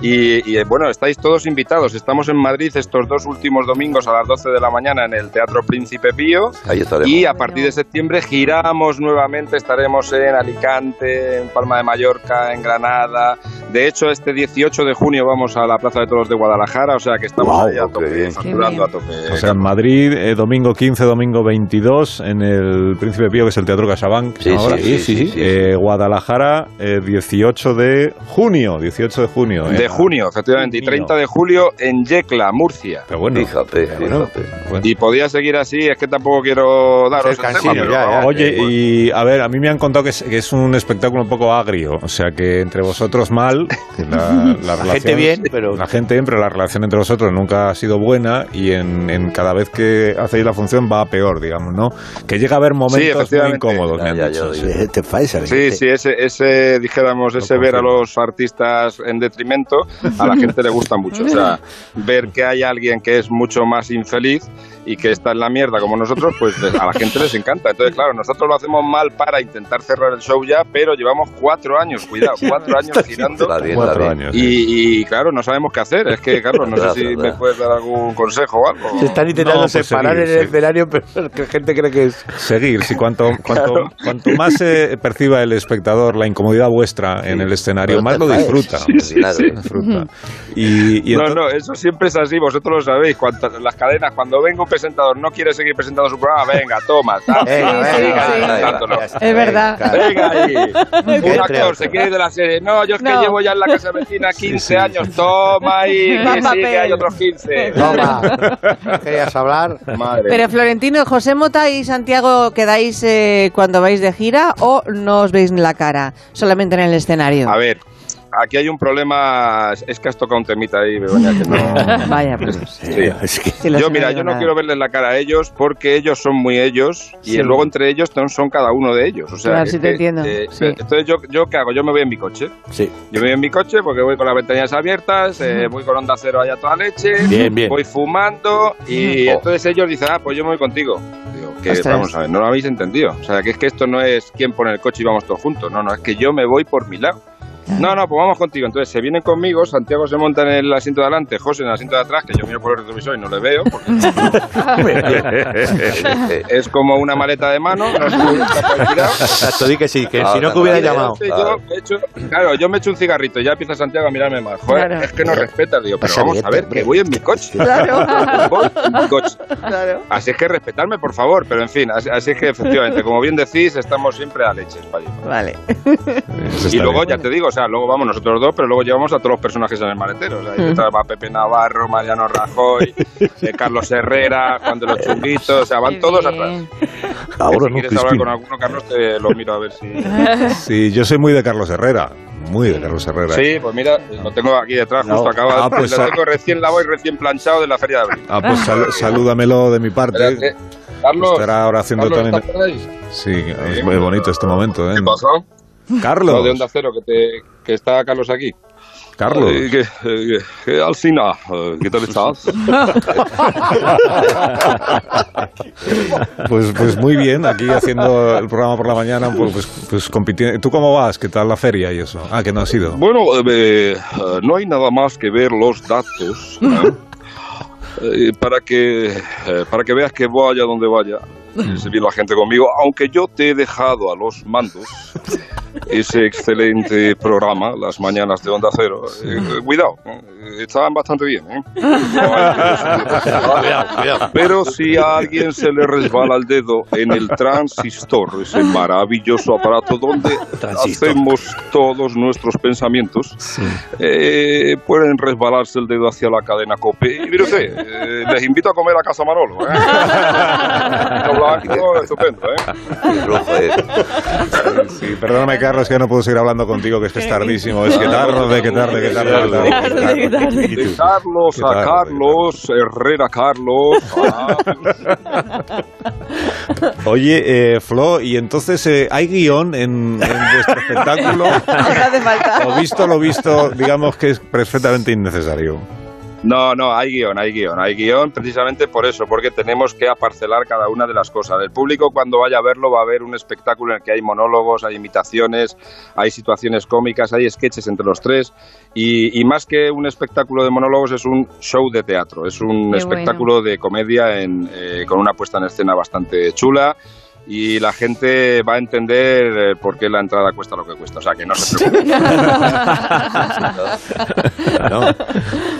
L: Y, y, eh, bueno, estáis todos invitados. Estamos en Madrid estos dos últimos domingos a las 12 de la mañana en el Teatro Príncipe Pío.
F: Ahí estaremos.
L: Y a partir de septiembre giramos nuevamente, estaremos en Alicante, en Palma de Mallorca, en Granada. De hecho, este 18 de junio vamos a la Plaza de Toros de Guadalajara, o sea que estamos ahí a tope, facturando a tope.
A: O sea, en Madrid, eh, domingo 15, domingo 22, en el Príncipe Pío, que es el Teatro Casabank.
F: Sí,
A: ahora.
F: sí, sí, sí, sí, sí.
A: Eh, Guadalajara, eh, 18 de junio, 18 de junio. eh.
L: De junio, efectivamente, y 30 de julio en Yecla, Murcia.
A: Pero bueno, pues
F: fíjate, fíjate.
L: Y podía seguir así, es que tampoco quiero daros el tema, pero Ah, vamos,
A: Oye, y a ver, a mí me han contado que es, que es un espectáculo un poco agrio, o sea que entre vosotros mal, que la,
E: La gente
A: relación-
E: bien, pero-
A: la gente bien, pero la relación entre vosotros nunca ha sido buena y en, en cada vez que hacéis la función va a peor, digamos, ¿no? Que llega a haber momentos muy
L: efectivamente.
A: incómodos, me han dicho. sí.
M: Te falsa.
L: Sí, sí, ese, ese dijéramos, ese ver a los artistas en detrimento, a la gente le gusta mucho. O sea, ver que hay alguien que es mucho más infeliz y que está en la mierda como nosotros, pues a la gente les encanta. Entonces, claro, nosotros lo hacemos mal para intentar cerrar el show ya, pero llevamos cuatro años, cuidado, cuatro años girando.
F: Está bien,
A: Cuatro
F: está bien.
A: años.
L: Y, y, claro, no sabemos qué hacer. Es que, Carlos, no
F: Verdad,
L: sé si
F: verdad.
L: me puedes dar algún consejo o algo.
M: Se están intentando
A: No, pues
M: separar
A: seguir,
M: en el
A: seguir.
M: escenario, pero que la gente cree que es.
A: Seguir, si cuanto, cuanto,
M: Claro.
A: cuanto más eh, perciba el espectador la incomodidad vuestra en el escenario, más lo disfruta.
F: Sí, sí, sí.
A: Lo disfruta. Y, y
L: no,
A: entonces-
L: no, eso siempre es así, vosotros lo sabéis. Cuantas- las cadenas, cuando venga un presentador, no quiere seguir presentando su programa, venga, toma, tal,
M: Venga, venga,
L: tal, sigue
M: venga,
L: ahí
M: venga,
L: presentándolo.
M: ya está,
B: Es verdad.
L: Venga ahí.
M: Qué
L: Un actor
M: treo,
L: se quiere ir de la serie. No, yo es que
B: No.
L: llevo ya en la casa vecina 15 años. Toma ahí,
B: Más
L: que sí,
B: papel.
L: que hay otros 15.
M: Toma. ¿Querías hablar?
L: Madre.
B: Pero Florentino, José Mota y Santiago, ¿quedáis eh, cuando vais de gira o no os veis en la cara? Solamente en el escenario.
L: A ver, aquí hay un problema. Es que has tocado un temita ahí, Begoña, que no.
B: Vaya, pues,
L: Sí.
B: si los
L: yo,
B: he
L: mira,
B: oído
L: yo no
B: nada.
L: quiero verles la cara a ellos porque ellos son muy ellos y
B: Sí.
L: luego entre ellos son- son cada uno de ellos. O sea,
B: Claro,
L: que-
B: sí te
L: que-
B: entiendo,
L: eh,
B: sí.
L: Entonces, yo, ¿yo qué hago? Yo me voy en mi coche.
M: Sí.
L: Yo me voy en mi coche porque voy con las ventanillas abiertas, eh, voy con onda cero allá toda leche,
M: Bien, bien.
L: voy fumando y
M: Oh.
L: entonces ellos dicen, ah, pues yo me voy contigo. Digo, que
M: Ostras.
L: vamos a ver, no lo habéis entendido. O sea, que es que esto no es quien pone el coche y vamos todos juntos. No, no, es que yo me voy por mi lado. No, no, pues vamos contigo. Entonces se vienen conmigo, Santiago se monta en el asiento de adelante, José en el asiento de atrás, que yo miro por el retrovisor y no le veo. porque- es como una maleta de mano, no sé dónde está por el lado.
M: Exacto, di que sí, que
F: Ah,
M: si no este,
F: no,
M: que hubiera
L: Y de
M: llamado.
L: golpe yo me echo- claro, yo me echo un cigarrito y ya empieza Santiago a mirarme mal. Joder,
B: Claro.
L: es que no respetas, digo, pero
M: Pasa
L: vamos a
M: dieta,
L: ver,
M: hombre.
L: que voy en mi coche.
B: Claro.
L: Voy en mi coche.
B: Claro.
L: Así es que respetarme, por favor, pero en fin, así, así es que efectivamente, como bien decís, estamos siempre a leches, Padilla.
B: Vale.
A: Eso
L: Y
A: está
L: luego,
A: bien.
L: ya te digo, o sea, luego vamos nosotros dos, pero luego llevamos a todos los personajes en el maletero. O sea, ahí
B: Mm.
L: detrás va Pepe Navarro, Mariano Rajoy, eh, Carlos Herrera, Juan de los Chunguitos, o sea, van
H: Qué
L: todos
H: bien.
L: atrás.
A: Ahora
L: si
A: no,
L: quieres hablar
A: Crispín.
L: con alguno, Carlos, te lo miro a ver si...
A: Sí, yo soy muy de Carlos Herrera. Muy de Carlos Herrera.
L: Sí, pues mira, lo tengo aquí detrás,
A: No.
L: justo acaba
A: Ah, pues
L: lo
A: a-
L: tengo recién lavado y recién planchado de la feria de abril.
A: Ah, pues sal- salúdamelo de mi parte.
L: Espérate, Carlos,
A: Estará ahora haciendo
L: Carlos,
A: también.
L: ¿estás por ahí?
A: Sí, es muy bonito este momento, ¿eh?
L: ¿Qué pasó?
A: Carlos.
L: No, de Onda Cero, que, te- que está Carlos aquí.
A: Carlos.
L: Eh, que, eh, que- Alsina, eh, ¿qué tal estás?
A: Pues, pues muy bien, aquí haciendo el programa por la mañana, pues, pues, pues compitiendo. ¿Tú cómo vas? ¿Qué tal la feria y eso? Ah, que no has ido.
L: Bueno, eh, eh, no hay nada más que ver los datos ¿eh? Eh, para que eh, para que veas que vaya donde vaya. eh, Se viene la gente conmigo, aunque yo te he dejado a los mandos ese excelente programa, Las Mañanas de Onda Cero. Eh, eh, cuidado, eh, estaban bastante bien. ¿eh? No hay que decirlo. Pero si a alguien se le resbala el dedo en el transistor, ese maravilloso aparato donde hacemos todos nuestros pensamientos, eh, pueden resbalarse el dedo hacia la cadena COPE. Y mire usted, eh, les invito a comer a Casa Manolo. ¿eh? Lo blanco, estupendo, ¿eh?
F: Rojo, eh.
A: Sí, perdóname, Carlos, que no puedo seguir hablando contigo, que es que es tardísimo. Es que tarde, que tarde, que tarde. que tarde.
L: De Carlos a
A: Qué raro,
L: Carlos, Herrera Carlos. Ah,
A: Oye, eh, Flo, ¿y entonces eh, hay guión en, en vuestro espectáculo?
B: No hace falta.
A: O visto lo visto, digamos que es perfectamente innecesario.
L: No, no, hay guión, hay guión, hay guión precisamente por eso, porque tenemos que aparcelar cada una de las cosas. El público cuando vaya a verlo va a ver un espectáculo en el que hay monólogos, hay imitaciones, hay situaciones cómicas, hay sketches entre los tres y, y más que un espectáculo de monólogos es un show de teatro, es un
N: Qué
L: espectáculo de comedia en, eh, con una puesta en escena bastante chula. Y la gente va a entender eh, por qué la entrada cuesta lo que cuesta. O sea, que no se preocupen.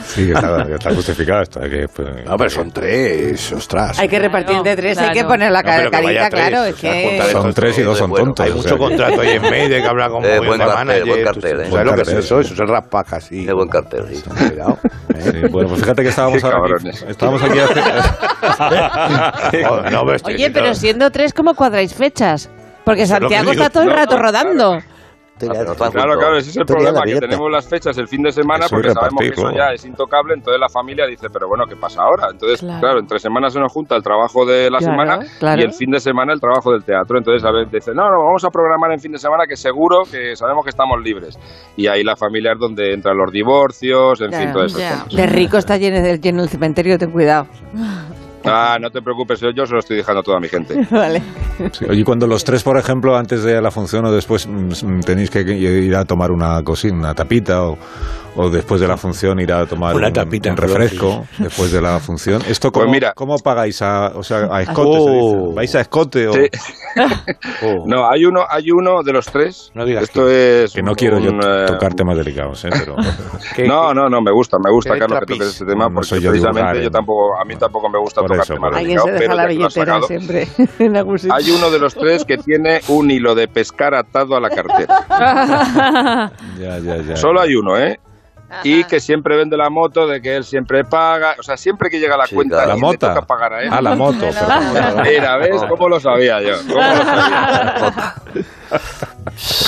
A: Sí, que está, que está justificado esto. Que, pues, no,
E: pero son tres, ostras.
B: Hay que repartir entre tres, hay que
E: claro.
B: poner la
E: No, pero
B: cara,
E: que vaya
B: carita,
E: tres,
B: claro.
E: o
B: Es
E: sea,
B: que...
E: juntar
A: Son tres y dos son tontos.
E: Hay
A: o
E: mucho
A: sea que-
E: contrato ahí en medio, hay que hablar con
A: Eh,
E: muy
A: buen
E: buena
A: cartel,
E: manager,
A: buen
E: tú- tú
A: cartel, eh.
E: ¿Sabes
A: Buen
E: lo que es
A: cartel.
E: eso? Eso es raspajas, sí. Es buen cartel, sí. Cuidado.
A: Sí, bueno, pues fíjate que estábamos, aquí- estábamos aquí hace...
E: no, pero estoy-
B: Oye, pero siendo tres, ¿cómo cuadráis fechas? Porque
L: Eso es lo que
B: Santiago
L: digo.
B: está todo el
L: No,
B: rato rodando.
L: Claro, claro, ese es el problema, que tenemos las fechas el fin de semana
A: Eso y
L: porque sabemos que
A: repartir,
L: eso
A: claro.
L: ya es intocable, entonces la familia dice, pero bueno, ¿qué pasa ahora? Entonces, claro, entre semanas se nos junta el trabajo de la
A: Claro,
L: semana
A: claro.
L: y el fin de semana el trabajo del teatro, entonces a veces dicen, no, no, vamos a programar en fin de semana que seguro que sabemos que estamos libres. Y ahí la familia es donde entran los divorcios, en fin, todo eso.
B: De rico está lleno, de- lleno el cementerio, ten cuidado.
L: Ah, no te preocupes, yo se lo estoy dejando a toda mi gente.
B: vale.
A: Sí, oye, cuando los tres, por ejemplo, antes de la función o después mm, tenéis que ir a tomar una cosina, una tapita o, o después de la función ir a tomar
E: Una
A: un,
E: tapita,
A: un
E: perdón,
A: refresco después de la función. Esto
L: Pues
A: cómo,
L: mira-
A: cómo pagáis a, o sea, a escote, se
L: Oh.
A: dice? vais a escote o
L: Sí. No, hay uno, hay uno de los tres. Esto es
A: que no quiero yo
L: un,
A: t-
L: eh,
A: tocar temas delicados, eh, pero
L: no, no, no, me gusta, me gusta,
A: qué
L: Carlos, que
A: trapiz?
L: toques este tema,
A: No
L: porque
A: soy yo
L: precisamente
A: divulgar,
L: yo
A: eh.
L: tampoco, a mí tampoco me gusta
A: Por
L: tocar
A: eso,
L: temas
A: por
B: Alguien
A: eso.
B: se deja
L: delicados, pero
B: la
L: ya que lo has
B: billetera
L: sacado,
B: siempre en algún sitio.
L: hay uno de los tres que tiene un hilo de pescar atado a la cartera.
A: ya, ya, ya.
L: Solo hay uno, ¿eh? Y que siempre vende la moto, de que él siempre paga, o sea, siempre que llega la cuenta,
A: la
L: alguien le
A: mota.
L: toca pagar a él.
A: Ah, la moto, perdón.
L: Mira, ¿ves cómo lo sabía yo? ¿Cómo lo sabía?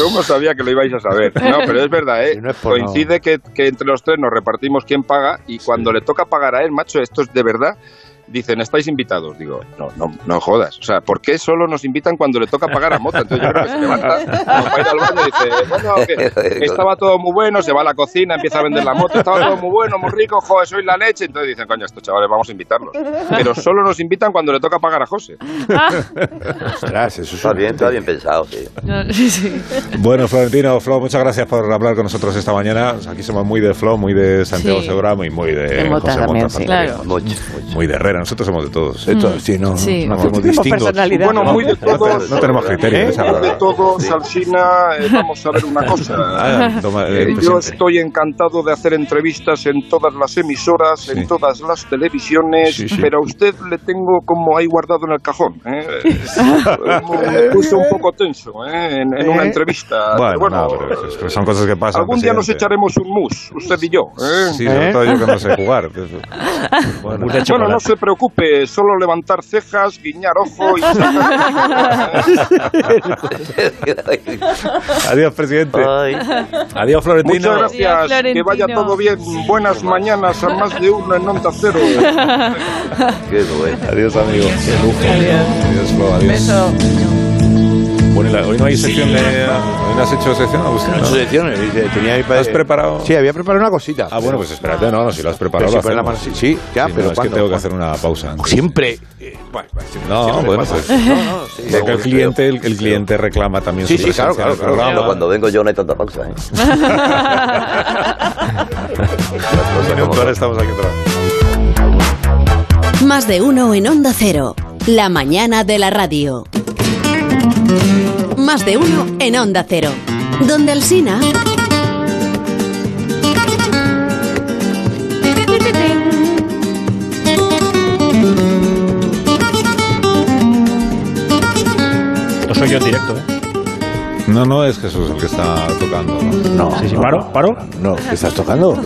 L: ¿Cómo sabía que lo ibais a saber? No, pero es verdad, ¿eh?
E: por
L: Coincide que, que entre los tres nos repartimos quién paga y cuando le toca pagar a él, macho, esto es de verdad. Dicen, estáis invitados. Digo, no, no, no jodas. O sea, ¿por qué solo nos invitan cuando le toca pagar a Mota? Entonces yo creo que se levanta, nos va a ir al baño y dice, bueno, que estaba todo muy bueno, se va a la cocina, empieza a vender la moto, estaba todo muy bueno, muy rico, joder, soy la leche. Entonces dicen, coño, estos chavales vamos a invitarlos. Pero solo nos invitan cuando le toca pagar a José.
E: Ostras, eso
F: Está bien, está bien pensado, sí.
A: Bueno, Florentino, Flo, muchas gracias por hablar con nosotros esta mañana. Aquí somos muy de Flo, muy de Santiago
O: Sí.
A: Segura, muy, muy de,
O: De Mota
A: José
O: también, sí.
A: Pantaleón.
O: Claro.
A: muy, muy de Herrera. Nosotros somos de todos.
O: De todos, sí, no, Sí. no hacemos
A: tenemos
O: distingos.
A: personalidad.
O: Bueno,
A: No,
O: muy de
A: no te-
O: todos.
A: No tenemos criterio.
L: ¿Eh?
A: esa es la
L: De
A: verdad.
L: todo, Salsina, eh, vamos a ver una cosa.
A: Ah, toma, eh,
L: Eh,
A: pues
L: Yo
A: siempre.
L: estoy encantado de hacer entrevistas en todas las emisoras, en todas las televisiones,
A: Sí, sí.
L: pero a usted le tengo como ahí guardado en el cajón. ¿eh? Me puso un poco tenso ¿eh? en, en una
A: ¿Eh?
L: entrevista.
A: Bueno,
L: Pero bueno,
A: no, pero es- es que son cosas que pasan.
L: algún día nos
A: presidente.
L: echaremos un mus, usted y yo. ¿eh?
A: Sí, sobre
L: ¿Eh?
A: todo yo que no sé jugar. Bueno,
L: Bueno, no se preocupe, solo levantar cejas, guiñar ojo y
A: Adiós, presidente. Adiós, Florentino.
L: Muchas gracias, que vaya todo bien. Buenas mañanas a más de uno en Onda Cero.
A: Adiós, amigo. Qué lujo. Adiós, Flo. Adiós.
L: Beso.
A: Bueno, y la- hoy no hay sección de. ¿Hoy no has hecho sección, Agustín?
E: No he hecho sección, eh, dice, tenía
M: pues,
E: mi padre-
A: ¿Has preparado?
E: Sí, había preparado una cosita.
A: Ah, bueno, pues espérate, no, no, si lo has
E: Pero
A: preparado.
E: si
A: lo
E: pones la
A: hacemos.
E: mano- sí, sí, ya,
A: no,
E: pero
A: es
E: ¿cuándo?
A: que tengo que hacer una pausa.
E: Siempre.
A: No,
E: siempre
A: bueno,
E: pasa.
A: pues.
E: No, no, sí,
A: Ya que el cliente, el, el cliente reclama también
F: Sí,
A: su
F: sí, claro,
A: presencia
F: claro.
A: en el programa.
F: Pero cuando vengo yo no hay tanta pausa, ¿eh?
A: Minuto, ahora estamos aquí otra vez.
K: Más de uno en Onda Cero. La mañana de la radio. Más de uno en Onda Cero. Donde Alsina.
D: Esto soy yo en directo, ¿eh?
A: No, no es Jesús el que está tocando. No,
D: Sí, sí, paro, paro.
A: No, ¿qué estás tocando?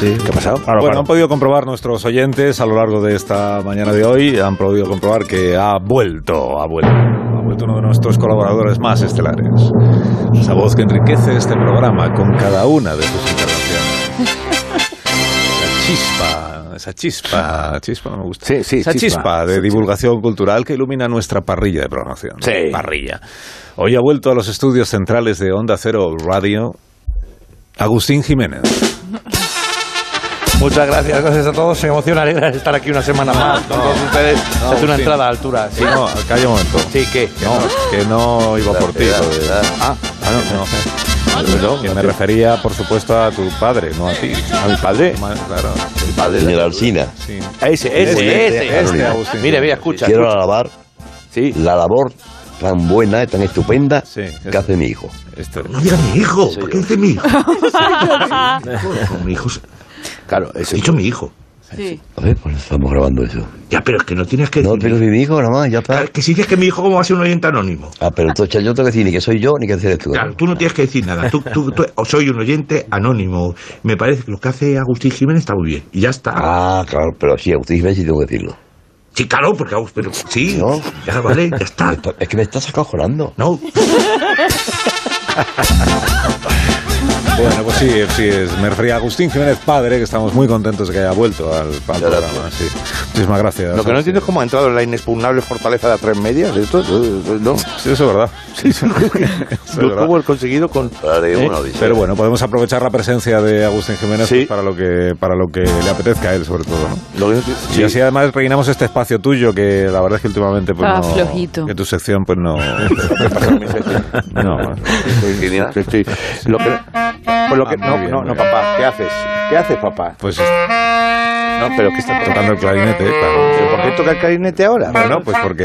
A: Sí. ¿Qué ha pasado? bueno,
D: paro.
A: han podido comprobar nuestros oyentes a lo largo de esta mañana de hoy, han podido comprobar que ha vuelto, ha vuelto, ha vuelto uno de nuestros colaboradores más estelares. Esa voz que enriquece este programa con cada una de sus intervenciones. Esa chispa, esa chispa, chispa no me gusta. esa chispa,
E: chispa.
A: de divulgación cultural que ilumina nuestra parrilla de programación. Sí. Parrilla. Hoy ha vuelto a los estudios centrales de Onda Cero Radio Agustín Jiménez.
M: Muchas gracias, gracias a todos. Se emociona alegra estar aquí una semana más con todos ustedes.
A: No,
M: Se hace una
A: Agustín.
M: entrada a altura.
A: Sí, no, calla un momento.
M: Sí, ¿qué?
A: Que no, que no iba por ti. lo de- Ah, ah, no, no. Que me refería, por supuesto, a tu padre, no a ti. ¿A mi padre? Claro. El
N: padre. Señor Alsina.
A: Sí.
E: Ese,
A: Este,
E: ese, ese.
A: este, Agustín.
E: Mire, mira, escucha.
N: Quiero
E: escucha.
N: alabar la labor tan buena y tan estupenda que hace mi hijo.
A: No
N: diga mi hijo, ¿por qué dice mi hijo?
O: mi hijo. Claro, es dicho mi hijo.
N: Sí. A ver, pues estamos grabando eso.
O: Ya, pero es que no tienes que
N: No, pero si mi hijo, nada más, ya está.
O: Que si dices que mi hijo, ¿cómo va a ser un oyente anónimo?
N: Ah, pero entonces yo tengo que decir ni que soy yo ni que eres tú.
O: Claro, tú no tienes que decir nada. Tú, tú, tú- o soy un oyente anónimo. Me parece que lo que hace Agustín Jiménez está muy bien. Y ya está.
N: Ah, claro, pero sí, Agustín Jiménez sí tengo que decirlo.
O: Sí, claro, porque Agustín. pero Sí, ya vale, ya está.
N: Es que me estás acojonando.
O: No.
A: Bueno, pues sí, sí, es, me refería a Agustín Jiménez Padre, que estamos muy contentos de que haya vuelto al, al programa. sí. Muchísimas gracias.
E: Lo que no
A: entiendo es cómo ha entrado en la inexpugnable fortaleza de tres medias, esto, no. Sí, eso es verdad. Sí, eso,
E: ¿Cómo
A: el conseguido con...
E: digo, una odisea.
A: ¿Eh? Pero bueno, podemos aprovechar la presencia de Agustín Jiménez pues, para, lo que, para lo que le apetezca a él, sobre todo, ¿no? Y así además rellenamos este espacio tuyo, que la verdad es que últimamente... Pues,
I: Ah,
A: no-
I: flojito.
A: Que tu sección, pues no... no,
E: Sí, sí. Lo que, pues lo que, no, no, no, papá, ¿qué haces? ¿Qué haces, papá?
A: Pues
E: no, pero que está
A: tocando el
E: eh,
A: clarinete, claro.
E: ¿Pero por qué toca el clarinete ahora?
A: Bueno, pues porque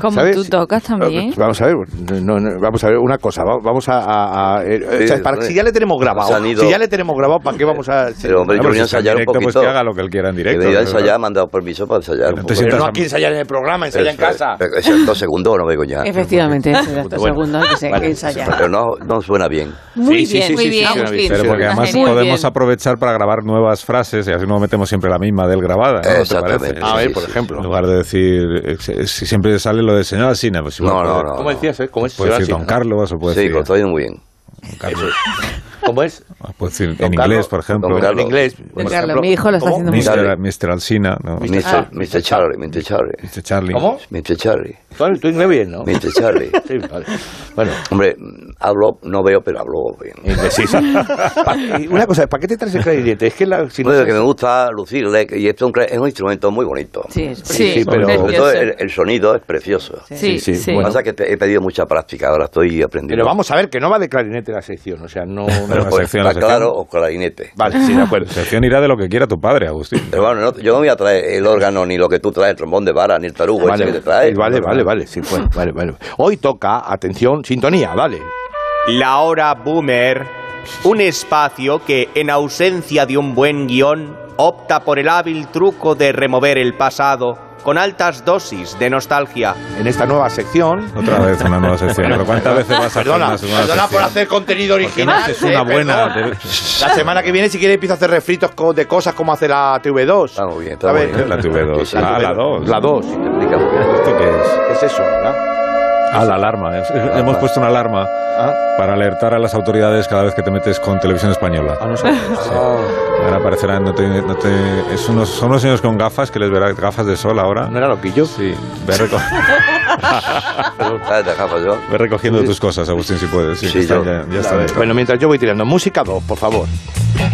C: Como
E: ¿Sabes?
C: tú tocas también.
G: ¿Eh?
E: Vamos a ver, no, no, vamos a ver una cosa, va- vamos a, a- a- eh, o sea, para- si ya le tenemos grabado,
F: Se han ido.
E: si ya le tenemos grabado, ¿para qué vamos a?
F: Pero hombre, yo
E: Vamos,
F: venía a
E: si está en
F: ensayar un
E: directo,
F: poquito.
E: pues que haga lo-
A: que él quiera en
E: directo,
F: Que venía a
E: de verdad.
F: ensayar, me han dado permiso para ensayar. un poco.
E: Pero no aquí ensayar en el programa, ensaya en
F: Eso es.
E: casa.
F: Pero Exacto, segundo, no vengo ya.
B: Efectivamente,
F: Bueno,
B: es hasta
F: bueno.
B: segundo que se
F: Vale,
B: ensaya.
F: Pero no, no suena bien.
B: Muy bien, muy bien, Agustín.
A: Pero porque además
B: Muy bien.
A: podemos aprovechar para grabar nuevas frases y así no metemos siempre la misma del grabada. ¿no? ¿Te
E: Exactamente.
A: parece?
E: A ver, por ejemplo.
A: En lugar de decir, eh, si- si siempre sale lo de señora Sina, pues igual.
E: No, no,
A: puede-
E: no, ¿Cómo no. decías, eh? ¿Cómo es
A: Puede
E: señora
A: decir
E: Sina?
A: Don Carlos o puede
E: Sí, pues,
A: decir.
E: lo
A: estoy
F: muy bien.
E: ¿Cómo es?
A: Puede decir en
E: Carlos,
A: inglés, por ejemplo.
E: Don Carlos. En inglés, por
B: Don Carlos, ejemplo. mi hijo lo está haciendo muy
A: Mr.
B: bien. Ah.
A: Mr. Alsina. ¿no?
F: Mr. Mr. Charlie, Mr. Charlie.
A: Mr. Charlie.
F: ¿Cómo? Mr. Charlie.
E: Claro, tú inglés bien, ¿no?
F: Mr. Charlie.
E: Sí, vale. Bueno.
F: Hombre, mm, hablo, no veo, pero hablo bien.
E: Sí, sí. Pa- y una cosa, ¿para qué te traes el clarinete? Es que la, si no
F: Bueno,
E: sabes-
F: que me gusta lucirle, que- y esto es un cla- es un instrumento muy bonito.
B: Sí, es
E: Sí, sí,
F: pero
E: pero-
F: sobre todo el,
E: precioso.
F: el sonido es precioso.
E: Sí, Sí, sí, sí.
F: Lo que
E: bueno.
F: pasa es que te- he pedido mucha práctica, ahora estoy aprendiendo.
E: Pero vamos a ver, que no va de clarinete la sección, o sea, no... no-
A: Pero
F: Pues,
A: sección,
F: está
A: la sección.
F: claro, o clarinete.
E: Vale, sí, de acuerdo.
A: Sección irá de lo que quiera tu padre, Agustín.
F: Pero bueno, no- yo no voy a traer el órgano, ni lo que tú traes, el trombón de vara, ni el tarugo
E: Vale,
F: ese que te traes.
E: vale, vale, vale, sí, pues. bueno, vale, vale. Hoy toca, atención, sintonía, vale.
P: La hora boomer, un espacio que en ausencia de un buen guión opta por el hábil truco de remover el pasado con altas dosis de nostalgia.
E: En esta nueva sección...
A: Otra vez una nueva sección. Pero ¿cuántas veces vas a hacer
O: Perdona,
A: una nueva
O: perdona por
A: sección?
O: hacer contenido original.
E: Ah,
A: haces una
O: eh,
A: buena?
O: perdona.
A: Debe-
O: La semana que viene, si quieres, empiezo a hacer refritos co- de cosas como hace la TV2.
F: Está muy bien, está
O: ¿sabes?
A: bien. La TV2. Ah, la 2.
E: La 2.
A: ¿Esto qué es?
E: ¿Qué es eso, verdad?
A: Ah, la alarma. Es- es- Hemos puesto una alarma
E: Ah.
A: para alertar a las autoridades cada vez que te metes con televisión española.
E: Ah, no sé.
A: Ahora aparecerán, no te, no te- es unos, son unos señores con gafas que les verá gafas de sol ahora. ¿No
E: era loquillo?
A: Sí. Ve, reco-
F: Traes de gafa, yo.
A: ve recogiendo tus cosas, Agustín, si puedes. Sí, que está-
E: yo.
A: ya, ya está
E: Vale.
A: dentro.
E: Bueno, mientras yo voy tirando música 2, por favor.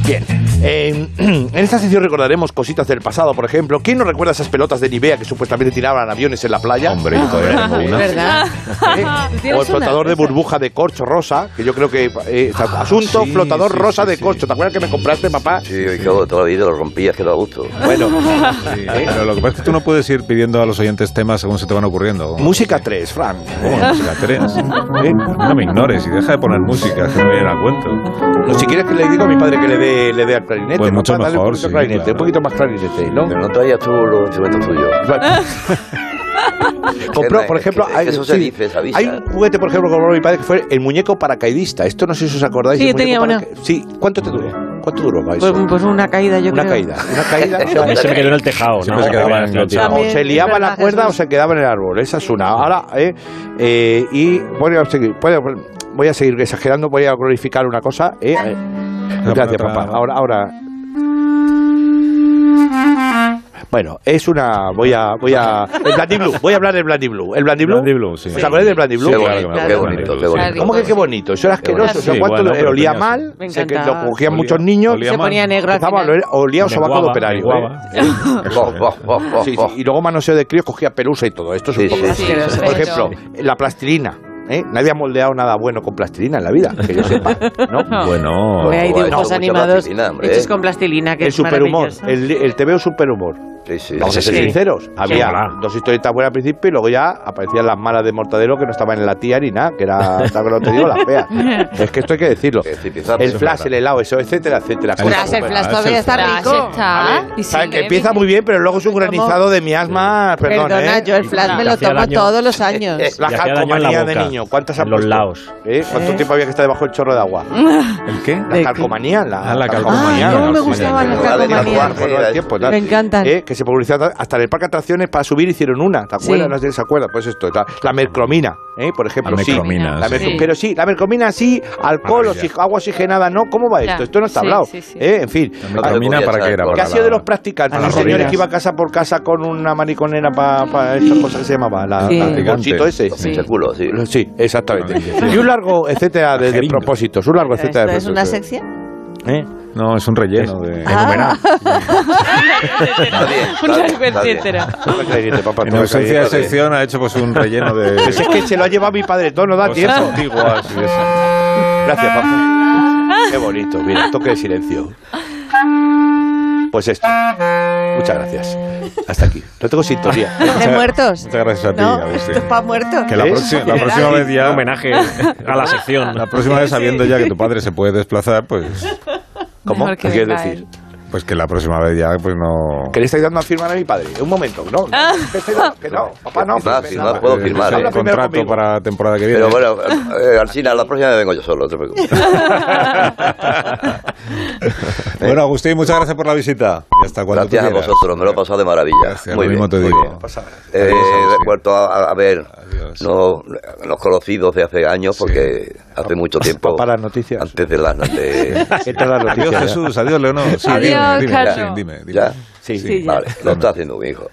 E: Bien. Eh, en esta sección recordaremos cositas del pasado, por ejemplo. ¿Quién no recuerda esas pelotas de Nivea que supuestamente tiraban aviones en la playa?
A: Hombre, yo todavía tengo una.
B: ¿Verdad? ¿Tú
E: O el
B: tienes una?
E: flotador de burbuja de corcho rosa, que yo creo que... eh,
A: Ah,
E: asunto,
F: sí,
E: flotador
F: sí,
E: rosa
F: sí,
E: de corcho. ¿Te acuerdas que me compraste, papá?
F: Sí, yo yo toda la vida lo rompías, que da gusto.
E: Bueno.
A: Sí, Pero lo que pasa es que tú no puedes ir pidiendo a los oyentes temas según se te van ocurriendo.
E: Música 3, Frank.
A: ¿Cómo? Música 3. No me ignores y deja de poner música, que no me viene a cuento.
E: No, si quieres que le digo a mi padre que le dé, le dé al clarinete.
A: Pues
E: ¿no?
A: mucho
E: Para darle
A: mejor,
E: Un poquito,
A: sí,
E: clarinete,
A: claro.
E: un poquito más clarinete, ¿no?
F: Pero no traías tú los instrumentos tuyos.
E: Compró, por
F: Es que-
E: ejemplo,
F: es que
E: hay,
F: eso se
E: sí,
F: dice, se avisa.
E: hay un juguete, por ejemplo, que compró mi padre que fue el muñeco paracaidista. Esto no sé si os acordáis.
B: Sí,
E: el
B: yo tenía
E: muñeco
B: uno.
E: paraca- Sí, ¿cuánto te duró? ¿Cuánto duró? Vais?
B: Pues, pues una caída, yo
E: una
B: creo.
E: caída, una caída. o sea,
D: A mí se me quedó en el tejado.
E: Siempre
D: ¿no?
E: se quedaba
D: Lo tiraba.
E: o se liaba la cuerda o se quedaba en el árbol. Esa es una. Ahora, eh, eh, y voy a, seguir, voy, a, voy a seguir exagerando, voy a glorificar una cosa. eh, eh. Gracias, papá. Ahora, ahora. Bueno, es una. Voy a. Voy a el Blandiblue. Voy a hablar del Blandiblue. ¿El Blandiblue?
A: Blandiblue, sí.
E: ¿Os acordáis del Blandiblue?
A: Sí, claro que me acuerdo. Qué bonito, qué bonito.
E: ¿Cómo que qué bonito? Eso era asqueroso.
A: bonito.
E: o sea,
A: Sí,
E: ¿cuánto
A: bueno,
E: le-
A: pero
E: olía
A: tenía
E: mal?
B: Me
E: sé que
B: encantaba.
E: lo cogían
A: Olía-
E: muchos niños.
A: olía Se mal. ponía negro al
E: Empezaba a
A: final.
E: oler- Olía a
A: Me
E: sobaco de
A: guaba,
E: operario.
A: me guaba.
E: ¿eh? Sí, sí, Y luego manoseo de críos cogía pelusa y todo. Esto es un
A: Sí,
E: poco.
A: sí, sí, sí.
E: Por ejemplo, la plastilina. ¿eh? Nadie ha moldeado nada bueno con plastilina en la vida, que yo sepa. ¿no?
A: Bueno.
B: Pues hay
E: No,
B: dibujos
E: mucha
B: animados
E: plastilina, hombre,
B: hechos
E: ¿eh?
B: con plastilina, que
E: el
B: es
E: superhumor,
B: maravilloso.
E: el, el TVO superhumor. Vamos a ser
B: Sí.
E: sinceros. Había
B: claro.
E: dos historietas buenas al principio y luego ya aparecían las malas de Mortadelo que no estaban en la tía ni nada, que era, tal Ah, que lo te digo, las feas. Es que esto hay que decirlo. El flash, el helado, eso, etcétera, etcétera.
B: Ostras, el flash todavía está rico.
E: ¿Sabes que empieza muy bien, pero luego es un granizado de miasma, perdón,
B: Perdona,
E: ¿eh?
B: yo el flash me lo
E: Hacía
B: tomo
E: daño.
B: todos los años.
E: La
D: Y hacía daño en la
E: calcomanía de
D: boca,
E: niño, ¿cuántas han
D: en los
E: puesto?
D: lados.
E: ¿Eh? ¿Cuánto
B: Eh.
E: tiempo había que estar debajo del chorro de agua?
A: ¿El qué?
E: La calcomanía. La,
A: Ah, la
B: calcomanía. Ah, cómo me gustaban las calcomanías. Me encantan.
E: Eh, que se publicitaban hasta en el parque de atracciones para subir hicieron una, ¿te acuerdas?
B: Sí.
E: No sé si se acuerdan, pues esto, la, la mercromina, ¿eh? por ejemplo,
A: La
E: sí.
A: mercromina,
E: La
A: sí.
E: mercro-
A: Sí.
E: Pero sí, la mercromina sí, alcohol,
A: Maravilla.
E: oxi- agua oxigenada no, ¿cómo va
A: Ya.
E: esto? Esto no está
A: Sí,
E: hablado,
A: sí, sí.
E: ¿eh? en fin.
A: La mercromina,
E: Ah,
A: ¿para qué era?
E: Que
A: Para
E: ha sido de
A: la-
E: los practicantes,
A: para
E: los
A: las
E: señores
A: rodillas.
E: que iba casa por casa con una maniconera para estas cosas que se llamaba, la,
A: Sí.
E: la- el bolsito ese.
F: Sí. El culo, sí.
E: Sí, exactamente. Y un largo etcétera de, de propósitos, un largo etcétera
B: ¿Esto
E: de ¿eh?
B: es una
E: propósitos.
B: sección? Ah,
A: No, es un relleno de.
E: Ah,
B: Un largo etcétera.
A: En ausencia de sección ha hecho pues un relleno de.
E: Pues es que se lo ha llevado mi padre, todo no da
A: Cosas
E: tiempo.
A: antiguas y eso.
E: Gracias, papá. Qué bonito, mira, toque de silencio. Pues esto. Muchas gracias. Hasta aquí. No tengo sintonía.
B: De muertos.
A: Muchas gracias a ti,
B: No,
A: Agustín.
B: esto es para muertos.
A: Que la,
E: ¿Eh?
A: próxima, la próxima vez ya.
D: Un homenaje a la sección.
A: La próxima vez, sabiendo ya que tu padre se puede desplazar, pues.
E: ¿Cómo? Mejor que ¿Qué quieres venga decir?
A: Pues que la próxima vez ya, pues no.
E: Que le estáis dando a firmar a mi padre. Un momento, no. no, que estáis dando- que no, papá, no.
F: Firmar,
E: firme,
F: firmar,
E: no.
F: puedo
E: Eh,
F: firmar.
E: habla
F: eh.
E: primero
A: Contrato
E: conmigo.
A: para la temporada que viene.
F: Pero bueno, eh, Alsina, la próxima vez vengo yo solo, no te preocupes.
A: Bueno, Agustín, muchas gracias por la visita. Y hasta cuando
F: Gracias
A: tú
F: a
A: quieras.
F: vosotros, me lo he pasado de maravilla.
A: Gracias,
F: muy bien,
A: lo mismo te
F: muy
A: digo.
F: bien. Eh, he vuelto a, a ver no- los conocidos de hace años, porque hace mucho tiempo.
E: Para las noticias.
F: Antes de las. de-
E: Estas las noticias.
A: Adiós, Jesús. Adiós, Leonor. Sí,
F: Adiós,
A: dime, dime,
F: Carlos.
A: sí, dime, dime.
F: ¿Ya?
A: Sí.
F: Vale, lo está haciendo mi hijo.